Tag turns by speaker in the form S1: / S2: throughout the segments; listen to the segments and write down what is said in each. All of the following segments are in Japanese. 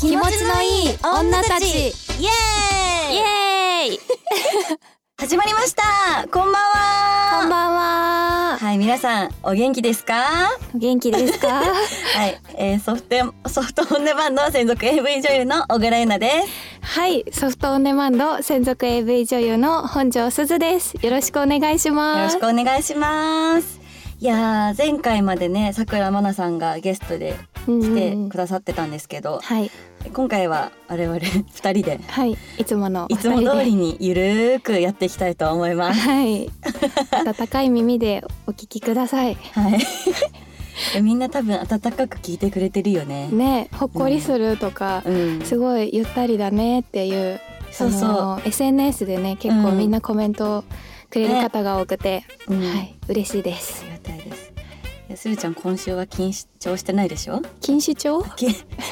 S1: 気持ちのいい女たち
S2: イエーイ
S1: イエーイ
S2: 始まりましたこんばんは
S1: こんばんは
S2: はい皆さんお元気ですか
S1: お元気ですか
S2: はい、えー、ソフトソフトオンデマンド専属 AV 女優の小倉優奈です
S1: はいソフトオンデマンド専属 AV 女優の本庄すずですよろしくお願いし
S2: よろ
S1: ま
S2: し
S1: す
S2: くお願いしますいやー前回までねさくらまなさんがゲストで
S1: うん
S2: 来
S1: う
S2: て
S1: ん
S2: くださってたんですけど、
S1: はい
S2: 今回は我々二人で
S1: はいいつものお
S2: い
S1: 二
S2: つ
S1: 人で
S2: も通りにゆるーくやっていきたいと思 います
S1: はい温かい耳でお聞きください
S2: はい みんな多分温かく聞いてくれてるよね
S1: ねほっこりするとか、
S2: うん
S1: すごいゆったりだねっていう
S2: そうそう
S1: あの SNS でね結構みんなコメントをくれる方が多くて、
S2: うん
S1: はい嬉しいで
S2: あ
S1: す
S2: りがたいですいやするちゃん今週は緊張してないでしょ
S1: 禁止帳
S2: き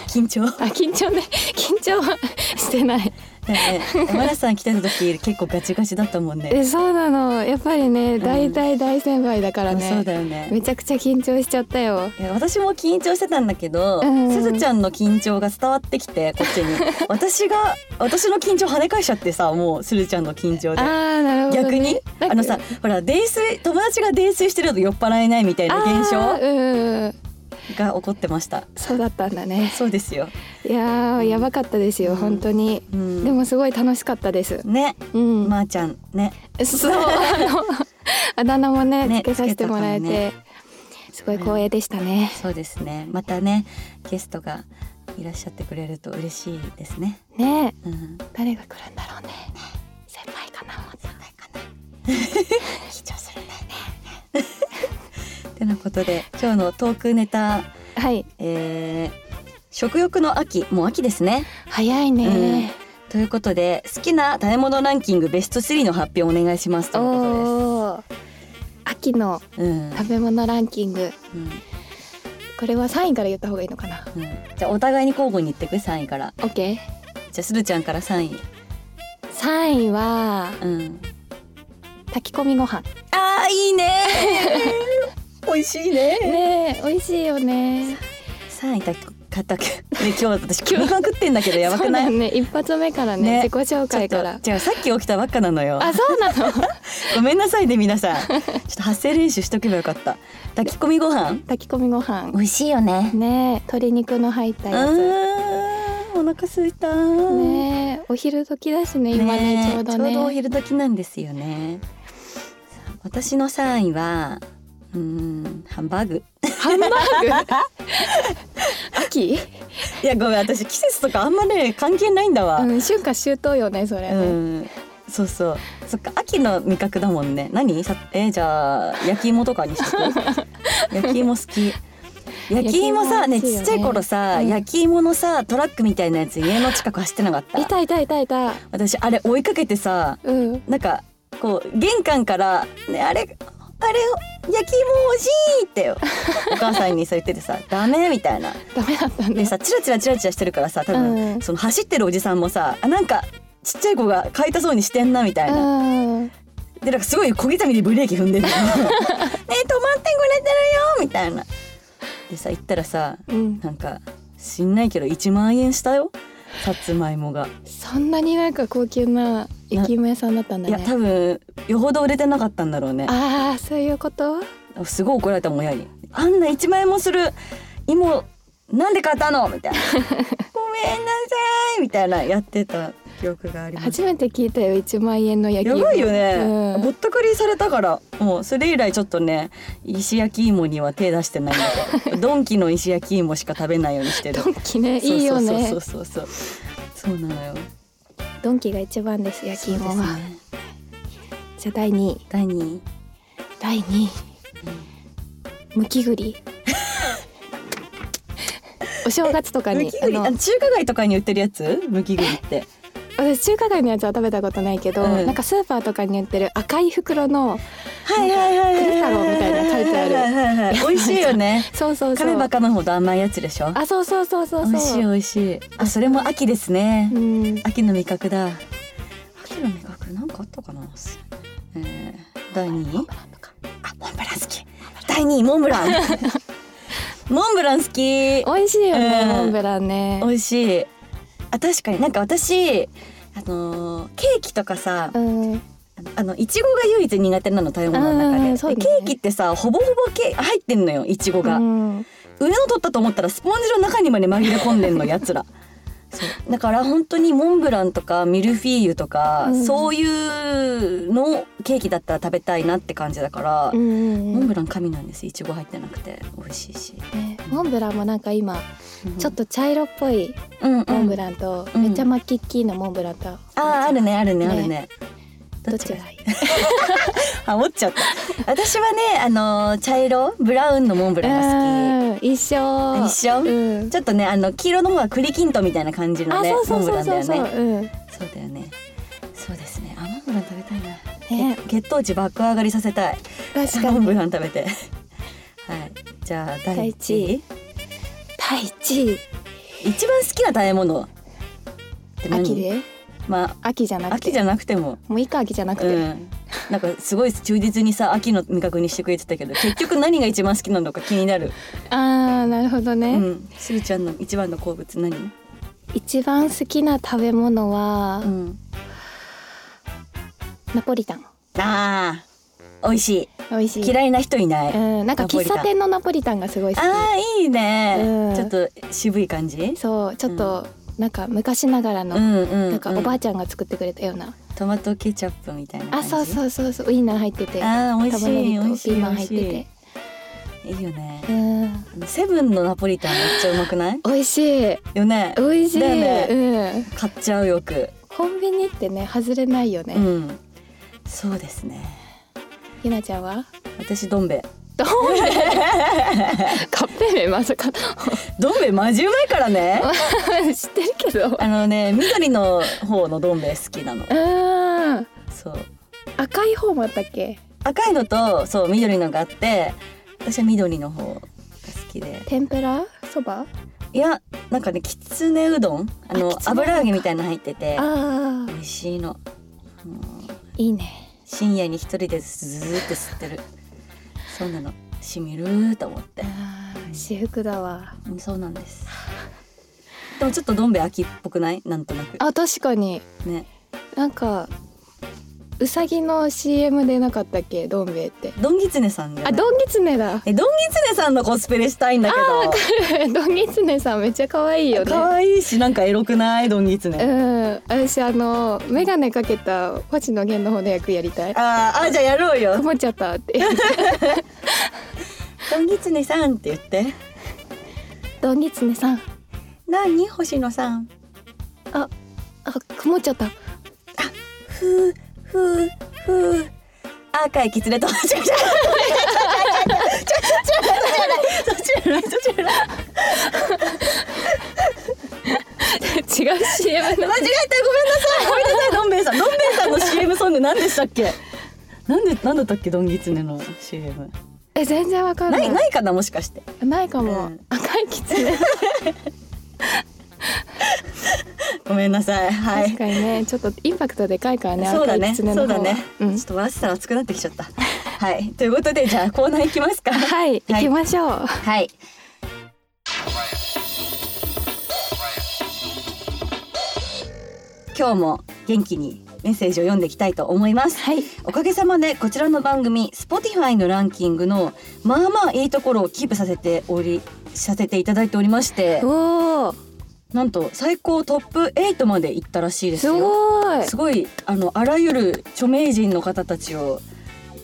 S2: 緊張
S1: あ緊張ね緊張はしてない
S2: だね山田さん来てた時結構ガチガチだったもんね
S1: えそうなのやっぱりね
S2: ん
S1: 大体大先輩だからね、
S2: そうだよね
S1: めちゃくちゃ緊張しちゃったよ
S2: いや私も緊張してたんだけど、
S1: うん
S2: すずちゃんの緊張が伝わってきてこっちに 私が私の緊張跳ね返しちゃってさもうすずちゃんの緊張
S1: あ
S2: で
S1: ーなるほど、
S2: 逆
S1: ね、
S2: に
S1: なんか
S2: あのさほら泥酔友達が泥酔してると酔っ払えないみたいな現
S1: あー
S2: 象
S1: うんうん
S2: が起こってました
S1: そうだったんだね
S2: そうですよ、
S1: いやーやばかったですよ、
S2: うん
S1: 本当に
S2: うん、
S1: でもすごい楽しかったです
S2: ね
S1: うん、
S2: まー、ちゃんね
S1: そうあのあだ名もね
S2: ね
S1: つけさせてもらえて、す
S2: つけ
S1: ごい光栄でしたね、
S2: そうですねまたねゲストがいらっしゃってくれると嬉しいですね、
S1: ねえ
S2: うん、
S1: 誰が来るんだろうね先輩かなもう
S2: ないか な緊張するねてなことで今日のトークネタ、
S1: はい
S2: えー食欲の秋もう秋ですね
S1: 早いね、
S2: ということで好きな食べ物ランキングベスト3の発表お願いしますというこ
S1: おー秋の
S2: とですうん
S1: 食べ物ランキング
S2: うん
S1: これは3位から言った方がいいのかな
S2: うんじゃあお互いに交互に言ってく3位から
S1: OK3
S2: じゃあするちゃんから3位
S1: 位は
S2: うん
S1: 炊き込みご飯
S2: あーいいね 美味しいね
S1: ねえ美味しいよね
S2: 3位たかたくね今日私食いまくってんだけどやばくない
S1: そうだね一発目からね
S2: ね
S1: 自己紹
S2: ちょっ
S1: 介
S2: と
S1: から
S2: じゃあさっき起きたばっかなのよ
S1: あそうなの
S2: ごめんなさいね皆さんちょっと発声練習しとけばよかった炊き込みご飯
S1: 炊き込みご飯
S2: 美味しいよね
S1: ねえ鶏肉の入っ
S2: う
S1: たやつ
S2: ーんお腹すいたね
S1: ねえお昼時だしね今ねちょうどね
S2: お昼時なんですよねさあ私の3位はうーんハンバーグ
S1: ハンバーグ秋、
S2: いやごめん私季節とかあんまね関係ないんだわ
S1: うん、春夏秋冬よねそれ
S2: う
S1: ね、
S2: んそうそうそっか秋の味覚だもんね何さえーじゃあ焼き芋とかにし とく焼き芋好き焼き芋さね
S1: 焼き芋美味しいよね
S2: ちっちゃい頃さ、
S1: うん
S2: 焼き芋のさトラックみたいなやつ家の近く走ってなかっ
S1: い
S2: た
S1: たいたいたいた
S2: 私あれ追いかけてさ
S1: うん
S2: なんかこう玄関から、ね、あれあれ焼き芋欲しいってよお母さんにそう言っててさ「ダメ」みたいな
S1: ダメだったん
S2: で
S1: だ
S2: さチラチラチラチラしてるからさ多分、
S1: うん
S2: その走ってるおじさんもさあなんかちっちゃい子が買いたそうにしてんなみたいな、
S1: うん
S2: でなんかすごい小刻みにブレーキ踏んでる ねえ止まってくれてるよみたいなでさ行ったらさ
S1: うん、
S2: なんか知んないけど1万円したよさつまいもが、
S1: そんなになんか高級な焼き芋屋さんだったんだ
S2: いや
S1: ね
S2: 多分よほど売れてなかったんだろうね
S1: ああそういうこと
S2: すごい怒られたもん親にあんな1万円もする芋なんで買ったのみたい なごめんなさいみたいなやってた記憶があります
S1: 初めて聞いたよ1万円の焼き
S2: や
S1: 芋
S2: ばいよね、
S1: うん
S2: ぼったくりされたからもうそれ以来ちょっとね石焼き芋には手出してないんだけ どドンキの石焼き芋しか食べないようにしてる
S1: ドンキねいいよね
S2: そうそうそうそうそうなのよ
S1: ドンキが一番です焼き芋
S2: そう
S1: は、
S2: ですね
S1: じゃあ第2位
S2: 第二位
S1: 第2位むき栗お正月とか
S2: む
S1: に
S2: き
S1: あ
S2: 栗あ
S1: の
S2: 中華街とかに売ってるやつむき 栗って
S1: 私中華街のやつは食べたことないけど、
S2: うん
S1: なんかスーパーとかに売ってる赤い袋の
S2: はいはいはいはい
S1: 栗太郎みたいな書いてある
S2: ある美味しいよね
S1: そうそうそ
S2: 噛め
S1: う
S2: ば噛むほど甘いやつでしょ
S1: あそうそうそうそう
S2: 美味しい美
S1: そう
S2: 味しいあそれも秋ですね
S1: うん
S2: 秋の味覚だ秋の味覚なんかあったかな、えー、第2位あモンブラン好き第2位モンブラン モンブラン好
S1: 美
S2: き
S1: 味しいよね、
S2: うん
S1: モンブランね
S2: 美味しいあ確かになんか私あのーケーキとかさ
S1: うん
S2: あのいちごが唯一苦手なの食べ物の中
S1: う
S2: で
S1: んそう
S2: で
S1: ね
S2: ケーキってさほぼほぼケー入ってんのよいちごが、
S1: うん
S2: 上の取ったと思ったらスポンジの中にまで紛れ込んでんのや つらそうだから本当にモンブランとかミルフィーユとか、
S1: うん
S2: そういうのをケーキだったら食べたいなって感じだから、
S1: うんうん
S2: モ
S1: う
S2: ン
S1: ん
S2: ブラン神なんですいちご入ってなくて美味しいし、
S1: ねモンブランもなんか今ちょっと茶色っぽい
S2: うんうん
S1: モンブランと、
S2: うん
S1: めっちゃマキッキーのモンブランと、
S2: あーあるねあるね
S1: ね
S2: あるね
S1: どっちがいい
S2: あ折っちゃった 私はねあのー茶色ブラウンのモンブランが好
S1: うん一緒
S2: 一緒
S1: うん
S2: きちょっとねあの黄色の方が栗きんとんみたいな感じの
S1: あ
S2: ね
S1: そう
S2: モ
S1: そう
S2: ンブ
S1: そ
S2: ラ
S1: う
S2: ンだ
S1: そ
S2: よ
S1: うそう、
S2: ね
S1: うん
S2: そうだよねそうですねあモンブラン食べたいな
S1: ね
S2: 血糖値爆上がりさせたい
S1: 確か
S2: モン
S1: に
S2: ブラン食べてはいじゃあ第一位
S1: 第一位
S2: 一番好きな食べ物って何
S1: 秋で
S2: ま
S1: 秋じゃな
S2: あ
S1: くて
S2: 秋じゃなくても
S1: もういいか秋じゃなく
S2: う
S1: て、
S2: んなんかすごい忠実にさ秋の味覚にしてくれて たけど結局何が一番好きなのか気になる
S1: ああなるほどね、
S2: うん、すずちゃんの一番の好物何？
S1: 一番好きな食べ物は、
S2: ん、
S1: ナポリタン
S2: ああ、美味し
S1: 美味し
S2: い。
S1: い
S2: 嫌いな人いない。
S1: うん、なんか
S2: ナポ
S1: 喫
S2: リタン
S1: 茶店のナポリタンがすごい好き
S2: ああ、いいね、
S1: うん
S2: ちょっと渋い感じ。
S1: そうちょっとなんか昔ながらの、
S2: うんうん、うん。
S1: なんかおばあちゃんが作ってくれたような、
S2: トマトケチャップみたいな感
S1: あ
S2: じ。
S1: そうそうそうそうウインナー入ってて
S2: ああ、美味し
S1: 玉ね
S2: い。
S1: ぎ
S2: 美
S1: と
S2: 味しい。
S1: ピーマン
S2: 美
S1: 入っ
S2: 味して
S1: て
S2: い。いいよね。
S1: うん？
S2: セブンのナポリタンめっちゃうまくない
S1: 美味しい
S2: よね
S1: 美。味しい、
S2: だよ
S1: うん
S2: 買っちゃうよく。
S1: コンビニってね外れないよね、
S2: うん。そうですね。
S1: ひなちゃんは
S2: 私どん兵衛。
S1: どうカップ麺まさか
S2: どん兵衛マジうまいからね。
S1: 知ってるけどう
S2: あのね、緑の方のどん兵衛好きなの。
S1: ーん
S2: そう。
S1: 赤い方もあったっけ
S2: 赤いのとそう緑のがあって私は緑の方が好きで
S1: 天ぷらそば
S2: いやなんかねきつねうどんあの
S1: あきつねうどんか
S2: 油揚げみたいなの入ってて
S1: ああ
S2: 美味しいのもう
S1: いいね
S2: 深夜に一人でずーっと吸ってるそうなのしみるーと思って
S1: あー私服だわ
S2: うんそうなんですでもちょっとどん兵衛秋っぽくないなんとなく
S1: あ確かに
S2: ね
S1: なんかうさぎの CM でなかったっけどん兵衛って
S2: どんぎつねさんじゃな
S1: あ
S2: い
S1: どんぎつね だ
S2: えどんぎつねさんのコスプレしたいんだけど
S1: どんぎつねさんめっちゃ可愛いよね
S2: 可愛いしなんかエロくないどんぎつね
S1: うん私あの眼鏡かけた星野源の方の役やりたい
S2: あーあーじゃあやろうよ
S1: 曇っちゃった って
S2: どんぎつねさんって言って。
S1: どんぎつねさん
S2: なに星野さん。
S1: あ曇っちゃ った
S2: ふうふうふう。赤いキツネと。違う違う違う違う違う違う違う違うそっちじゃないそっちじゃない間違
S1: 違う CM の
S2: えたごめんなさいごめんなさいどん兵衛さんどん兵衛さんの CM ソング何でしたっけなんでなんだったっけどんぎつねの CM
S1: え全然わかんな
S2: ないいないかなもしかして
S1: ないかも、
S2: うん
S1: 赤いきつ ね
S2: ごめんなさいはい
S1: 確かにねちょっとインパクトでかいからね
S2: そうだ
S1: 赤い
S2: ね
S1: き
S2: そ
S1: つねの
S2: う
S1: 方
S2: だ
S1: は
S2: ね、
S1: うん
S2: ちょっと笑ってたら熱くなってきちゃったはいということでじゃあコーナー行きますか
S1: はい行きましょう、
S2: はい。今日も元気にメッセージを読んでいきたいと思います。
S1: はい
S2: おかげさまでこちらの番組 Spotify のランキングのまあまあいいところをキープさせておりさせていただいておりまして、
S1: おお
S2: なんと最高トップ8まで行ったらしいです
S1: す
S2: よ。
S1: ごい
S2: すごいあのあらゆる著名人の方たちを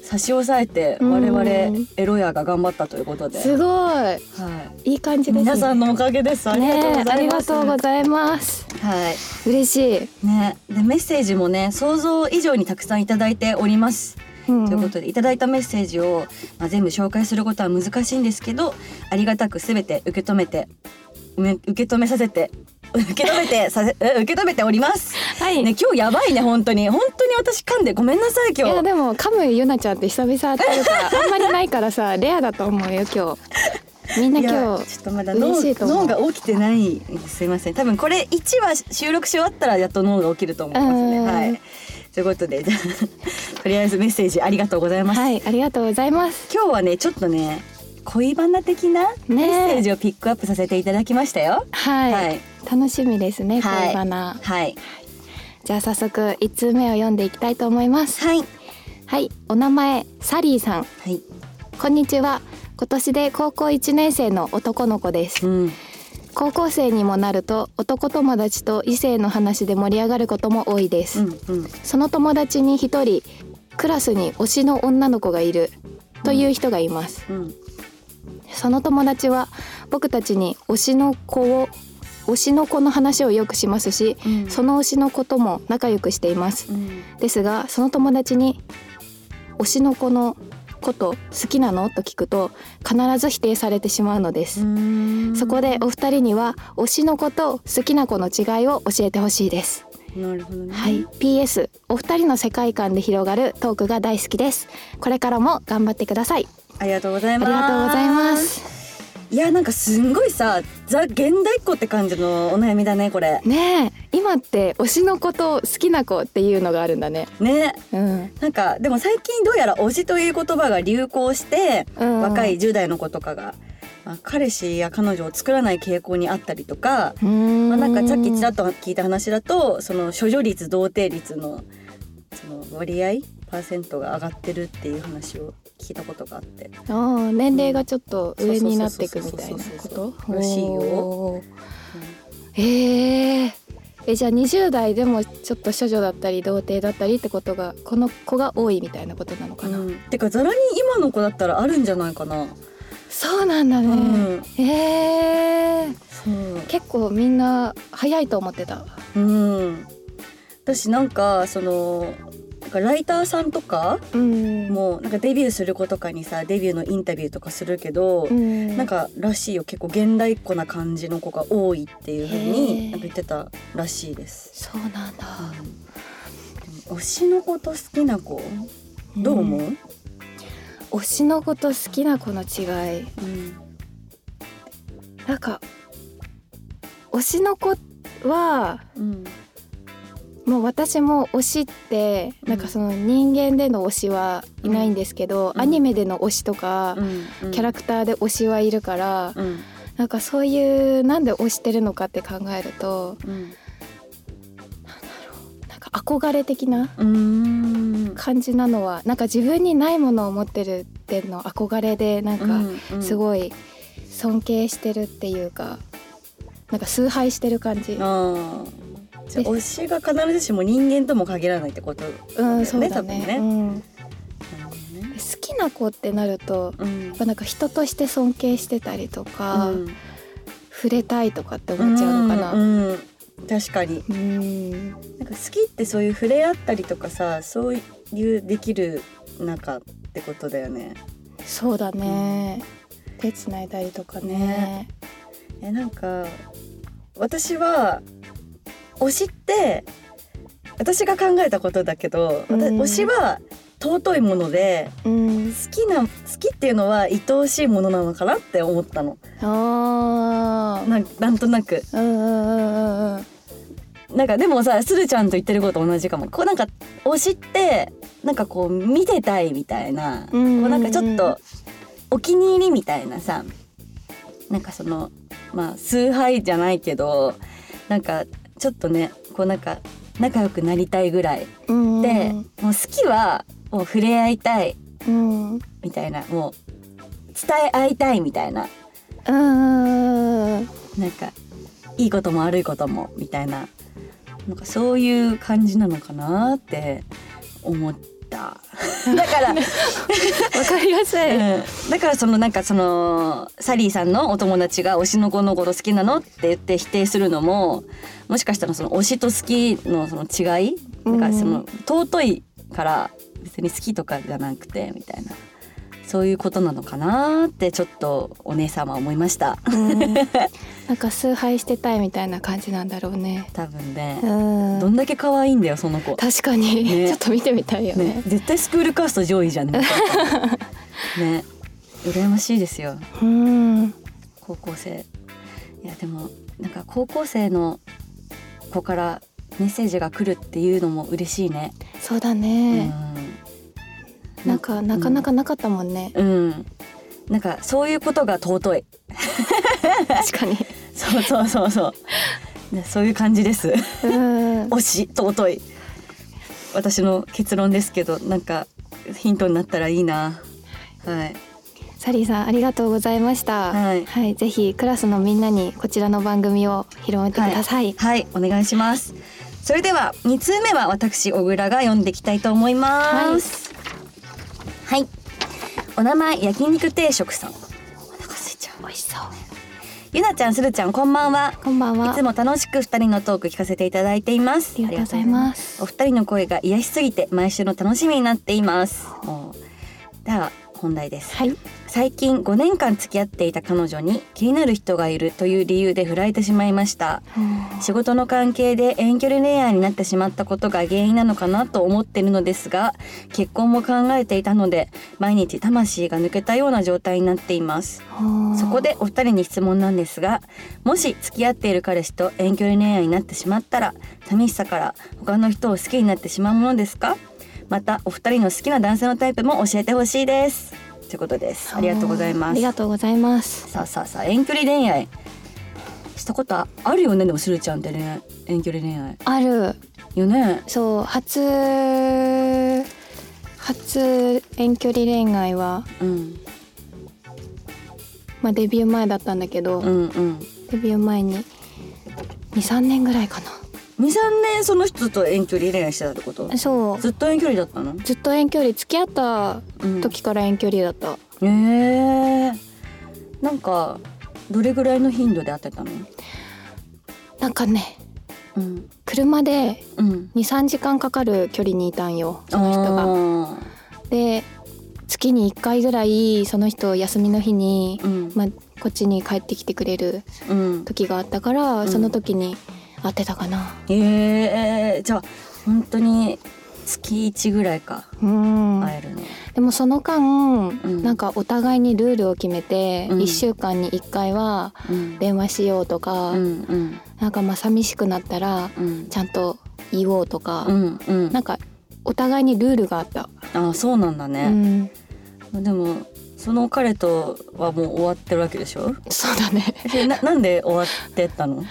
S2: 差し押さえて我々
S1: うん
S2: エロヤが頑張ったということで、
S1: すごい
S2: はい。
S1: いい感じですね
S2: 皆さんのおかげです。ありがとうご
S1: ねあ
S2: ざい
S1: り
S2: ま
S1: が
S2: す。
S1: とうございます
S2: はい。
S1: 嬉しい、
S2: ね、でメッセージもね、想像以上にたくさんいただいております。
S1: うん
S2: ということで、いただいたメッセージを、まあ、全部紹介することは難しいんですけど、ありがたくすべて受け止めて、め受け止めさせて、 受け止めてさせ、え受け止めております。
S1: はい、
S2: ね、今日やばいね、本当に。本当に私噛んでごめんなさい、
S1: いや
S2: 今日。
S1: でもカムイユナちゃんって久々会ってるからあんまりないからさレアだと思うよ今日みんない
S2: や
S1: 今
S2: ち
S1: 日
S2: ょっとまだ脳
S1: 嬉しいと思
S2: 脳
S1: う
S2: が起きてないすいません多分これ1話収録し終わったらやっと脳が起きると思いますね
S1: うん
S2: はいということでじゃ あとりあえずメッセージありがとうございます、
S1: はいありがとうございます
S2: 今日はねちょっとね恋バナ的なメッセー
S1: ね
S2: ジをピックアップさせていただきましたよ。
S1: はい、
S2: はい
S1: 楽しみですね
S2: はい
S1: 恋バナ
S2: はい
S1: じゃあ早速一通目を読んでいきたいと思います
S2: はい
S1: はいお名前サリーさん
S2: はい。
S1: こんにちは今年で高校1年生の男の子です
S2: うん
S1: 高校生にもなると男友達と異性の話で盛り上がることも多いです、
S2: うんうん
S1: その友達に一人クラスに推しの女の子がいるという人がいます、
S2: うん
S1: その友達は僕たちに推しの子を推しの子の話をよくしますし
S2: うん
S1: その推しの子とも仲良くしています
S2: うん
S1: ですがその友達に推しの子のこと好きなのと聞くと必ず否定されてしまうのです、
S2: うん
S1: そこでお二人には推しの子と好きな子の違いを教えてほしいです
S2: なるほどね。
S1: はい、PS お二人の世界観で広がるトークが大好きですこれからも頑張ってください
S2: ありがとうござい
S1: あり
S2: ます。
S1: がとうございま。す
S2: いやなんかすんごいさザ現代っ子って感じのお悩みだねこれ。
S1: ねえ今って推しの子と好きな子っていうのがあるんだね
S2: ね。
S1: うん、
S2: なんかでも最近どうやら推しという言葉が流行して、
S1: うん、
S2: 若い10代の子とかが、まあ、彼氏や彼女を作らない傾向にあったりとか、
S1: うーん
S2: まあ、なんかさっきちらっと聞いた話だとその処女率童貞率のその割合パーセントが上がってるっていう話を聞いたことがあって
S1: あー年齢がちょっと上になっていくみたいなこと
S2: そうそうそうそうそうそうらしいよ
S1: おーえーえじゃあ20代でもちょっと処女だったり童貞だったりってことがこの子が多いみたいなことなのか
S2: か
S1: な、
S2: な、てかざらに今の子だったらあるんじゃないかな。
S1: そうなんだね、
S2: うん
S1: えー、
S2: そう
S1: 結構みんな早いと思ってた
S2: うん、私なんかそのなんかライターさんとか
S1: うん
S2: もうなんかデビューする子とかにさデビューのインタビューとかするけど、
S1: うん
S2: なんからしいよ結構現代っ子な感じの子が多いっていうふう
S1: へー
S2: になんか言ってたらしいです。
S1: そうなんだ、
S2: うんでも推しの子と好きな子どう思う、
S1: 推しの子と好きな子の違いなんか推しの子は
S2: うん
S1: もう私も推しって
S2: うん
S1: なんかその人間での推しはいないんですけど、
S2: うん
S1: アニメでの推しとか、
S2: うん
S1: キャラクターで推しはいるから、
S2: うん
S1: なんかそういうなんで推してるのかって考えると
S2: うん
S1: なんか憧れ的な
S2: うーん
S1: 感じなのはなんか自分にないものを持ってるっての憧れでなんかす
S2: い
S1: ごい尊敬してるっていうかなんか崇拝してる感じ。
S2: あーじゃあ推しが必ずしも人間とも限らないってこと
S1: うん、そう
S2: 多
S1: だ
S2: 分
S1: ね
S2: ね
S1: うん。好
S2: なるほどね
S1: きな子ってなると
S2: うん
S1: やっぱなんか人として尊敬してたりとか、
S2: うん
S1: 触れたいとかって思っちゃうのかな。うん
S2: うんうん確かになんか好きってそういう触れ合ったりとかさそういうできる中ってことだよね
S1: そうだね。手つないだりとかね。
S2: えなんか私は推しって私が考えたことだけど、
S1: うん
S2: 私推しは尊いもので
S1: うん。
S2: 好きな好きっていうのは愛おしいものなのかなって思ったの
S1: ああ。
S2: なんなんとなく
S1: うんうんうんうんうん。
S2: なんかでもさするちゃんと言ってること同じかもこうなんか推しってなんかこう見てたいみたいな、
S1: うんうんうん
S2: こうなんかちょっとお気に入りみたいなさなんかそのまあ崇拝じゃないけどなんかちょっとねこうなんか仲良くなりたいぐらい
S1: うん
S2: で、もう好きはもう触れ合いたい
S1: うん。うん
S2: みたいなもう伝え合いたいみたいな
S1: うんうん。
S2: なんかいいことも悪いこともみたいななんかそういう感じなのかなって思った。だから、
S1: わかりやすい。
S2: うんだからそのなんかそのサリーさんのお友達が推しの子のこと好きなのって言って否定するのももしかしたらその推しと好きのその違いだからその尊いから別に好きとかじゃなくてみたいなそういうことなのかなってちょっとお姉様は思いました
S1: うん なんか崇拝してたいみたいな感じなんだろうね。
S2: 多分ね
S1: う。ん
S2: ど。んだけ可愛いんだよその子。
S1: 確かに、
S2: ね
S1: ちょっと見てみたいよ
S2: ね
S1: ね。
S2: 絶対スクールカースト上位じゃん。ねね羨ましいですよ
S1: うん。
S2: 高校生。いやでもなんか高校生の子からメッセージが来るっていうのも嬉しいね。
S1: そうだ
S2: う
S1: ね。
S2: ん
S1: なんかなかなかなかったもんね。
S2: うん。なんかそういうことが尊い
S1: 確かに
S2: そうそうそうそうねそういう感じです
S1: うん
S2: 推し尊い私の結論ですけどなんかヒントになったらいいなはい
S1: サリーさんありがとうございました
S2: はい
S1: はい、ぜひクラスのみんなにこちらの番組を広めてください
S2: はいお願いしますそれでは2通目は私小倉が読んでいきたいと思いますはい、お名前焼肉定食さんお腹すいちゃう
S1: 美味しそう
S2: ゆなちゃんするちゃんこんばんは
S1: こんばんはい
S2: つも楽しく二人のトーク聞かせていただいています
S1: ありがとうございます
S2: お二人の声が癒しすぎて毎週の楽しみになっていますおでは本題です
S1: はい
S2: 最近5年間付き合っていた彼女に気になる人がいるという理由で振られてしまいました仕事の関係で遠距離恋愛になってしまったことが原因なのかなと思ってるのですが結婚も考えていたので毎日魂が抜けたような状態になっていますそこでお二人に質問なんですがもし付き合っている彼氏と遠距離恋愛になってしまったら寂しさから他の人を好きになってしまうものですかまたお二人の好きな男性のタイプも教えてほしいですということですありがとうござい
S1: あ
S2: ま
S1: り
S2: す
S1: がとうございます
S2: さあさあさあ遠距離恋愛したことあるよねでもするちゃんって恋愛遠距離恋愛
S1: ある
S2: よね
S1: そう初初遠距離恋愛は、
S2: うん
S1: まあ、デビュー前だったんだけど、
S2: うんうん
S1: デビュー前に23年ぐらいか
S2: 23年その人と遠距離恋愛してたってこと
S1: なそう
S2: ずっと遠距離だったの、
S1: ずっと遠距離付き合った
S2: うん、
S1: 時から遠距離だった、
S2: へえなんかどれぐらいの頻度で会ってたの
S1: なんかね
S2: うん
S1: 車で
S2: うん
S1: 23時間かかる距離にいたんよ
S2: あ
S1: その人が。で月に1回ぐらいその人休みの日に
S2: ー、うん
S1: まあ、こっちに帰ってきてくれる
S2: うん
S1: 時があったから、
S2: うん
S1: その時に会ってたかな。
S2: へえじゃあ本当に月一ぐらいか
S1: うん
S2: 会えるの、
S1: でもその間、
S2: ん
S1: なんかお互いにルールを決めて、
S2: うん
S1: 1週間に1回は
S2: うん
S1: 電話しようとか、
S2: うんうん
S1: なんかまあ寂しくなったら
S2: うん
S1: ちゃんと言おうとか、
S2: うんうん
S1: なんかお互いにルールがあった。
S2: あそうなんだ
S1: う
S2: ね、
S1: ん、
S2: でもその彼とはもう終わってるわけでし ょ
S1: そうだね。
S2: えななんで終わってったの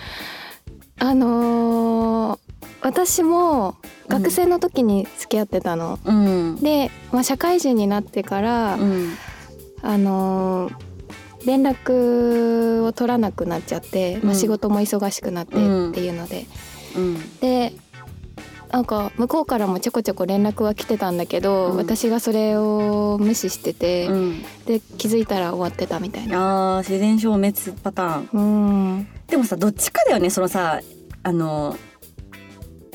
S1: あのー私も学生の時に付き合ってたの。
S2: うん
S1: で、まあ、社会人になってから、
S2: うん
S1: あのー連絡を取らなくなっちゃって、ま
S2: う
S1: あ、
S2: ん
S1: 仕事も忙しくなってって
S2: うん
S1: いうので、
S2: うん
S1: でなんか向こうからもちょこちょこ連絡は来てたんだけど、
S2: うん
S1: 私がそれを無視してて、
S2: うん
S1: で気づいたら終わってたみたいな。
S2: あー自然消滅パターン
S1: うん、
S2: でもさどっちかだよねそのさあの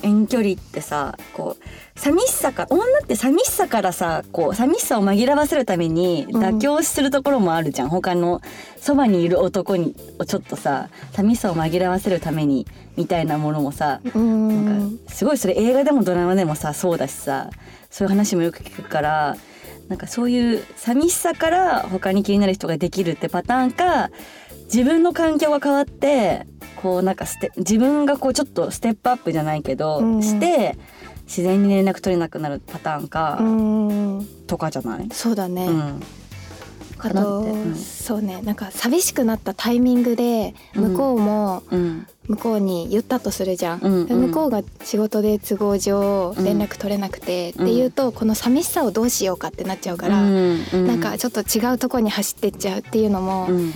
S2: 遠距離ってさこう寂しさか女って寂しさからさこう寂しさを紛らわせるために
S1: うん
S2: 妥協するところもあるじゃん、他のそばにいる男にをちょっとさ寂しさを紛らわせるためにみたいなものもさ
S1: うん
S2: なんかすごいそれ映画でもドラマでもさそうだしさそういう話もよく聞くからなんかそういう寂しさから他に気になる人ができるってパターンか自分の環境が変わってこうなんかステ自分がこうちょっとステップアップじゃないけど、
S1: うん
S2: して自然に連絡取れなくなるパターンか、
S1: うん、
S2: とかじゃない、
S1: そうだね、
S2: うん
S1: あ
S2: かな
S1: と、
S2: ってうん
S1: そうねなんか寂しくなったタイミングで向こうも
S2: うん
S1: 向こうに言ったとするじゃん、
S2: うん
S1: で
S2: うん
S1: 向こうが仕事で都合上
S2: うん
S1: 連絡取れなくて、
S2: うん
S1: っていうとこの寂しさをどうしようかってなっちゃうから、
S2: うんう
S1: なんかちょっと違うとこに走ってっちゃうっていうのも、
S2: うん、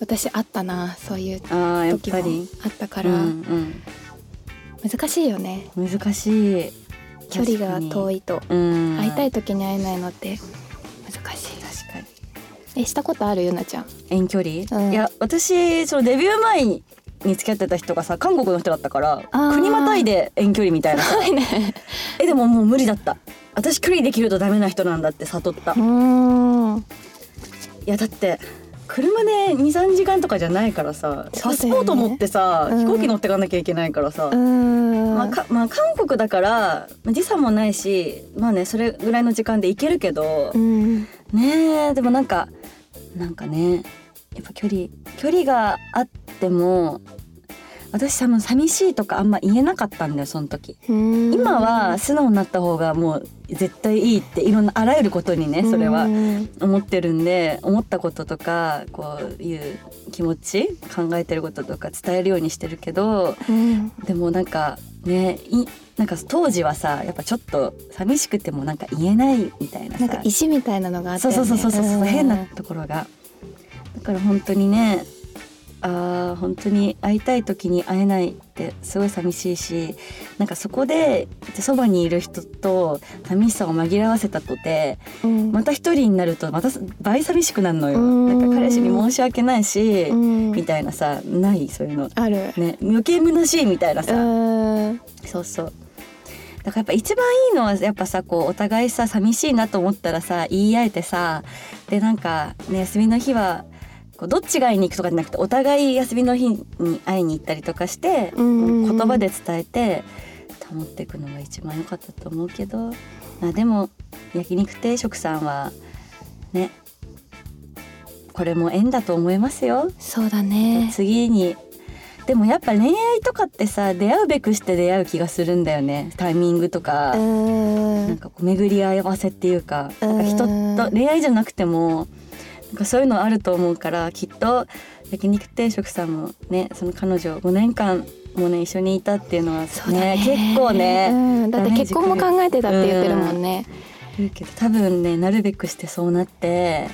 S1: 私あったなそういう
S2: あーやっ
S1: 時も
S2: ぱり
S1: あったから、
S2: うん
S1: 難しいよね
S2: うん、難しい
S1: 距離が遠
S2: い、
S1: いと
S2: うん、
S1: 会いたい時に会えないのって難しい
S2: 確かに
S1: えしたことあるゆな ちゃん
S2: 遠距離、
S1: うん
S2: いや私そのデビュー前に付き合ってた人がさ韓国の人だったから
S1: あー
S2: 国またいで遠距離みたいなさ えでももう無理だった私距離できるとダメな人なんだって悟った、
S1: う
S2: い
S1: ん
S2: やだって車で23時間とかじゃないからさ、
S1: そうだ
S2: パ
S1: よね
S2: スポート持ってさ、
S1: うん
S2: 飛行機乗ってかなきゃいけないからさ、
S1: うん、
S2: まあかまあ、韓国だからまあ時差もないしまあねそれぐらいの時間で行けるけど、
S1: うん
S2: ねえでもなんかなんかねやっぱ距離距離があっても私多分寂しいとかあんま言えなかったんだよその時今は素直になった方がもう絶対いいっていろんなあらゆることにねそれは
S1: うん
S2: 思ってるんで思ったこととかこういう気持ち考えてることとか伝えるようにしてるけど
S1: うん
S2: でもなんかねいなんか当時はさやっぱちょっと寂しくてもなんか言えないみたいな
S1: な
S2: さ
S1: んか石みたいなのがあって、
S2: そう
S1: ね、
S2: そうそうそうそう、
S1: ん
S2: 変なところがだから本当にねあー本当に会いたい時に会えないってすごい寂しいしなんかそこでそばにいる人と寂しさを紛らわせたとて
S1: うん
S2: また一人になるとまた倍寂しくなるのよ
S1: うん
S2: なんか彼氏に申し訳ないし、
S1: うん
S2: みたいなさないそういうの
S1: ある
S2: ね余計虚しいみたいな
S1: う
S2: さ、
S1: ん
S2: そうそうだからやっぱ一番いいのはやっぱさこうお互いさ寂しいなと思ったらさ言い合えてさでなんかね休みの日はこうどっちが会いに行くとかじゃなくてお互い休みの日に会いに行ったりとかして、
S1: うんうんうん
S2: 言葉で伝えて保っていくのが一番良かったと思うけどまあでも焼肉定食さんはねこれも縁だと思いますよ。
S1: そうだね
S2: 次にでもやっぱ恋愛とかってさ出会うべくして出会う気がするんだよねタイミングとか、
S1: うん
S2: なんかこう巡り合わせっていうか,、なんか
S1: うん
S2: 人と恋愛じゃなくてもなんかそういうのあると思うからきっと焼肉定食さんもねその彼女5年間もね一緒にいたっていうのはね
S1: そうだね
S2: 結構ね、
S1: うん、だって
S2: ダメー
S1: 結
S2: ジ
S1: 婚も考えてたって言ってるもんね、
S2: 言うけど多分ねなるべくしてそうなって、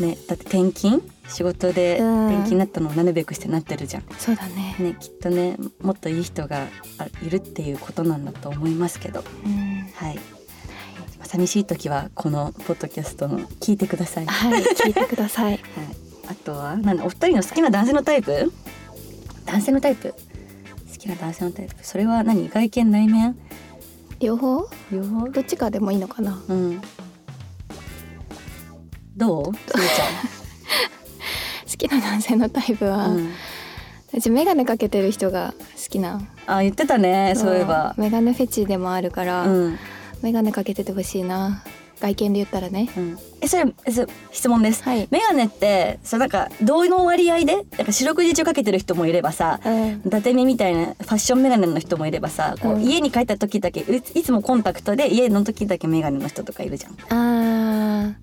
S2: ね、だって転勤仕事で転
S1: うん
S2: 勤になったのもなるべくしてなってるじゃん。
S1: そうだね、
S2: ね、きっとねもっといい人があいるっていうことなんだと思いますけど、
S1: うん、
S2: はい、寂しい時はこのポッドキャストの聞いてください。はい、
S1: はい聞いてくださ い
S2: あとはなんだお二人の好きな男性のタイプ男性のタイプ好きな男性のタイプそれは何外見内面
S1: 両方
S2: 両方
S1: どっちかでもいいのかな
S2: うんどうすず
S1: 好きな男性のタイプ
S2: ち
S1: は、
S2: ゃん、
S1: う
S2: うん、
S1: ちメガネかけてる人が好きな
S2: あ言ってたねそういえば
S1: メガネフェチでもあるから、
S2: うん、
S1: メガネかけててほしいな外見で言ったらね
S2: うん、えそれえそれ質問です
S1: はい、
S2: メガネってそうなんか同の割合でなんか四六時中かけてる人もいればさ
S1: うん
S2: 伊達目みたいなファッションメガネの人もいればさこう、
S1: うん
S2: 家に帰った時だけいいつもコンタクトで家の時だけメガネの人とかいるじゃん
S1: あー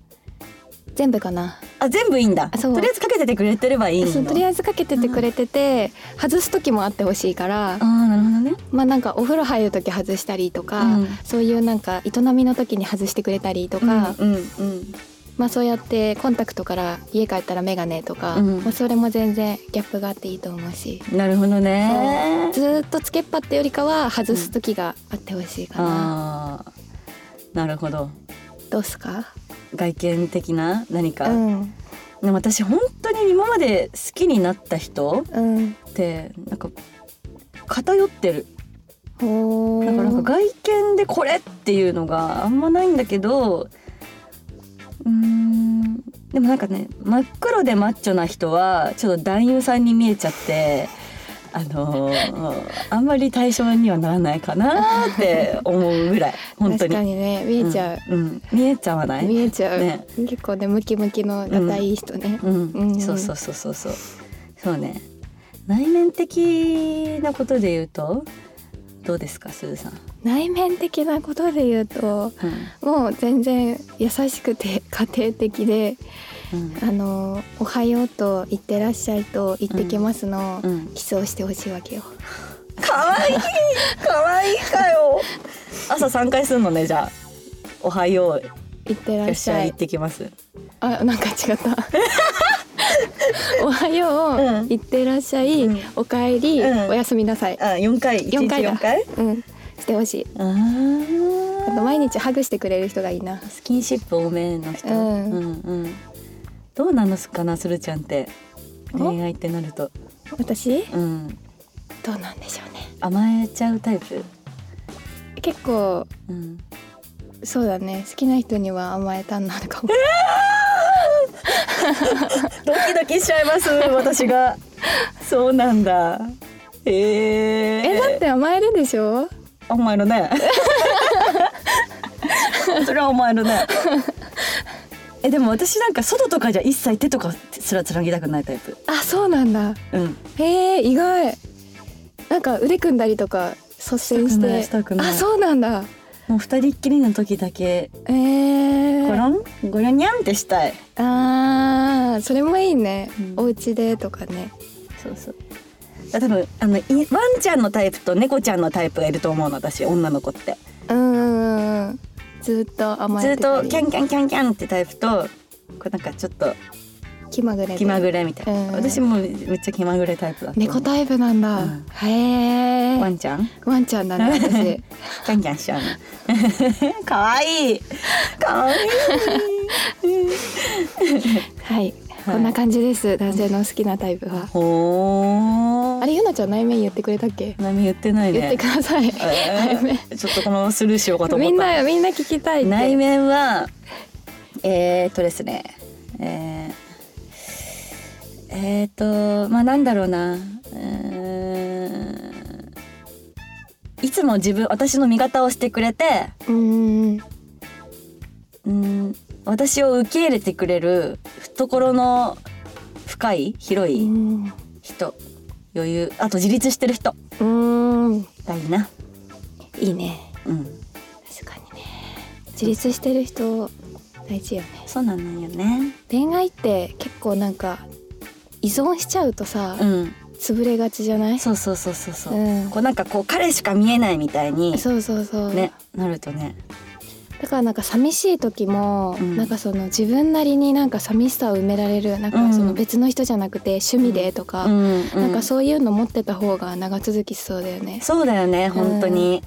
S1: 全部かな、
S2: あ全部いいんだ
S1: そう
S2: とりあえずかけててくれてればいいの
S1: そうとり
S2: あ
S1: あえずかけててくれてて、外す時もあってほしいから
S2: あーなるほどね
S1: まあなんかお風呂入る時外したりとか、
S2: うん
S1: そういうなんか営みの時に外してくれたりとか、
S2: うんうん
S1: まあそうやってコンタクトから家帰ったらメガネとか、
S2: うん
S1: まあそれも全然ギャップがあっていいと思うし
S2: うんなるほどね
S1: ずーっとつけっぱってよりかは外す時があってほしいかな、
S2: ああーなるほど
S1: どうすか、
S2: 外見的な何
S1: う
S2: か、
S1: ん
S2: でも私本当に今まで好きになった人
S1: うん、
S2: ってなんか偏ってる
S1: おー
S2: だからなんか外見でこれっていうのがあんまないんだけどうーんでもなんかね真っ黒でマッチョな人はちょっと男優さんに見えちゃって。あのーあんまり対象にはならないかな って思うぐらい本当
S1: 確
S2: に
S1: かにね見えちゃう、
S2: うんうん見えちゃわない
S1: 見えちゃう、
S2: ね
S1: 結構ねムキムキのがたいい人ね、
S2: うん、
S1: うん
S2: そうそうそうそうそうそうね内面的なことで言うとどうですかすずさん、
S1: 内面的なことで言うと
S2: う
S1: もう全然優しくて 家庭的で
S2: んうん
S1: あの「おはよう」と「いってらっしゃい」と「いってきますの」
S2: うん、
S1: キスをしてほしいわけよ
S2: 可愛いい可愛いいかよ朝三回すんのねじゃあおはよう
S1: 「いってら
S2: よっ
S1: っ
S2: し
S1: し
S2: ゃ
S1: ゃ
S2: 行
S1: い
S2: っ」てきます
S1: あなんか違った おはよう、
S2: うん
S1: いってらっしゃい、
S2: うん
S1: おかえり、
S2: うん
S1: おやすみなさい、
S2: あ四回
S1: 四回だ
S2: 一日四回
S1: うん、してほしい
S2: あ
S1: あと
S2: ー
S1: 毎日ハグしてくれる人がいいな
S2: スキンシップ多めの人、
S1: うん
S2: うんうんどうなのかなするちゃんって
S1: お
S2: 恋愛ってなると、
S1: 私
S2: うん、
S1: どうなんでしょうね
S2: 甘えちゃうタイプ、
S1: 結構
S2: うん、
S1: そうだね好きな人には甘えたんなるか も
S2: ドキドキしちゃいます私が そうなんだえー、
S1: えだって甘えるでしょ
S2: お前の ね。それはお前のね。えでも私なんか外とかじゃ一切手とかすらつなぎたくないタイプ。
S1: あそうなんだ
S2: うん。
S1: へえ意外なんか腕組んだりとか率先し
S2: してたくない
S1: あそうなんだ
S2: もう二人っきりの時だけ
S1: えー
S2: ゴロンゴロニャンってしたい
S1: あーそれもいいね、
S2: うん
S1: お家でとかね
S2: そうそう多分あのいワンちゃんのタイプと猫ちゃんのタイプがいると思うの私女の子って
S1: うんうんうんずっと甘
S2: ず
S1: え
S2: って
S1: た
S2: と
S1: り
S2: キャンキャンキャンキャンってタイプとこうなんかちょっと
S1: 気まぐれで
S2: 気まぐれみたいな、
S1: うん
S2: 私もめっちゃ気まぐれタイプだった
S1: 猫タイプなんだ、
S2: うん
S1: へ
S2: ワ
S1: え
S2: ンちゃん
S1: ワンちゃんなんだ私
S2: キャンキャンしちゃうの かわいいかわいい
S1: はい、こんな感じです男性の好きなタイプは
S2: ほー
S1: あれゆなちゃん内面言ってくれたっけ
S2: 何言ってないね
S1: 言ってください、内面
S2: えーちょっとこのままスルーしようかと思
S1: み
S2: っ
S1: ん
S2: た
S1: なみんな聞きたいって
S2: 内面はえー、っとですねえー、えー、っとまあなんだろうなうーんいつも自分私の味方をしてくれて
S1: うん
S2: うーん私を受け入れてくれる懐の深い広
S1: う
S2: い
S1: ん
S2: 人余裕あと自立してる人
S1: うん
S2: がいいな、
S1: いいね
S2: うん、
S1: 確かにね自立してる人大事よね
S2: そうなのよね
S1: 恋愛って結構なんか依存しちゃうとさ、
S2: うん
S1: 潰れがちじゃない
S2: そうそうそうそうそう、
S1: うん
S2: こうなんかこう彼しか見えないみたいに
S1: そうそうそう、
S2: ねなるとね
S1: だからなんか寂しい時も、
S2: うん
S1: なんかその自分なりになんか寂しさを埋められるなんかその別の人じゃなくて趣味でとか、
S2: うん、うん
S1: なんかそういうの持ってた方が長続きしそうだよね。
S2: そうだよね本当に、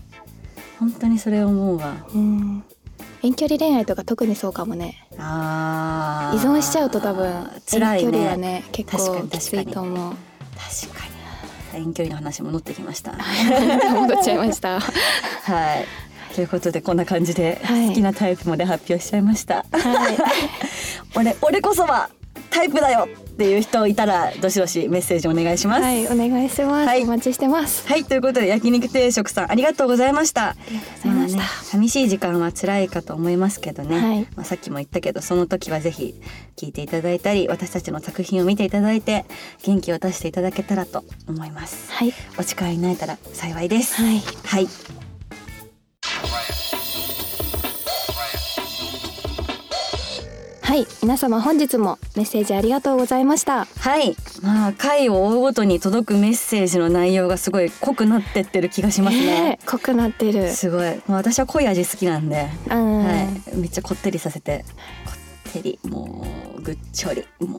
S2: 本当にそれ思うわ
S1: うん。遠距離恋愛とか特にそうかもね。
S2: あ
S1: 依存しちゃうと多分
S2: 辛
S1: 遠距
S2: い
S1: 離
S2: ね
S1: はね結
S2: 確か
S1: 構
S2: に
S1: きついと思う。
S2: 確かに遠距離の話戻ってき ました
S1: 戻っちゃいました。
S2: はいということでこんな感じで
S1: はい
S2: 好きなタイプまで発表しちゃいました、
S1: はい。
S2: 俺俺こそはタイプだよっていう人いたらどしどしメッセージお願いします
S1: はい、お願いします。
S2: はい
S1: お待ちしてます。
S2: はいということで焼肉定食さんありがとうございました
S1: ありがとうございまし
S2: あね、寂しい時間は辛いかと思いますけどね、
S1: はい
S2: まあ、さっきも言ったけどその時はぜひ聞いていただいたり私たちの作品を見ていただいて元気を出していただけたらと思います
S1: た。はい。
S2: お力になれたら幸いです
S1: はい。
S2: はい
S1: はい、皆様本日もメッセージありがとうございました。
S2: はいまあ回を追うごとに届くメッセージの内容がすごい濃くなってってる気がしますね、
S1: えー濃くなってる。
S2: すごい、まあ、私は濃い味好きなんで、
S1: うん。
S2: はい、めっちゃこってりさせてこってりもうぐっちょりも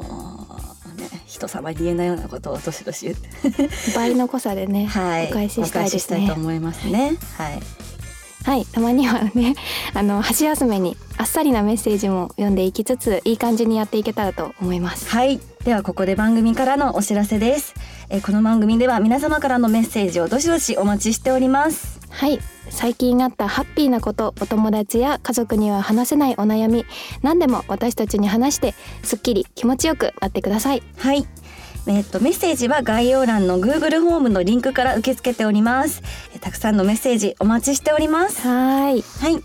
S2: うね人様に言えないようなことをどしどし言って
S1: 倍の濃さでね、
S2: はい、
S1: お返ししたいです
S2: お返し
S1: ね
S2: しと。思いますね。はい、
S1: はい、たまにはね、 あの箸休めにあっさりなメッセージも読んでいきつつ、いい感じにやっていけたらと思います。
S2: はい、ではここで番組からのお知らせです。えーこの番組では皆様からのメッセージをどしどしお待ちしております。
S1: はい、最近あったハッピーなこと、お友達や家族には話せないお悩み、何でも私たちに話して、すっきり気持ちよくなってください。
S2: はい。えーっとメッセージは概要欄の Google ホームのリンクから受け付けております。えーたくさんのメッセージお待ちしております。
S1: はい、
S2: はい、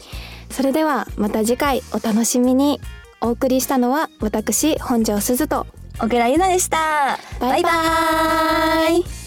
S1: それではまた次回お楽しみに。お送りしたのは私本庄すずと
S2: 小倉優奈でした。
S1: バイバ
S2: バイバーイ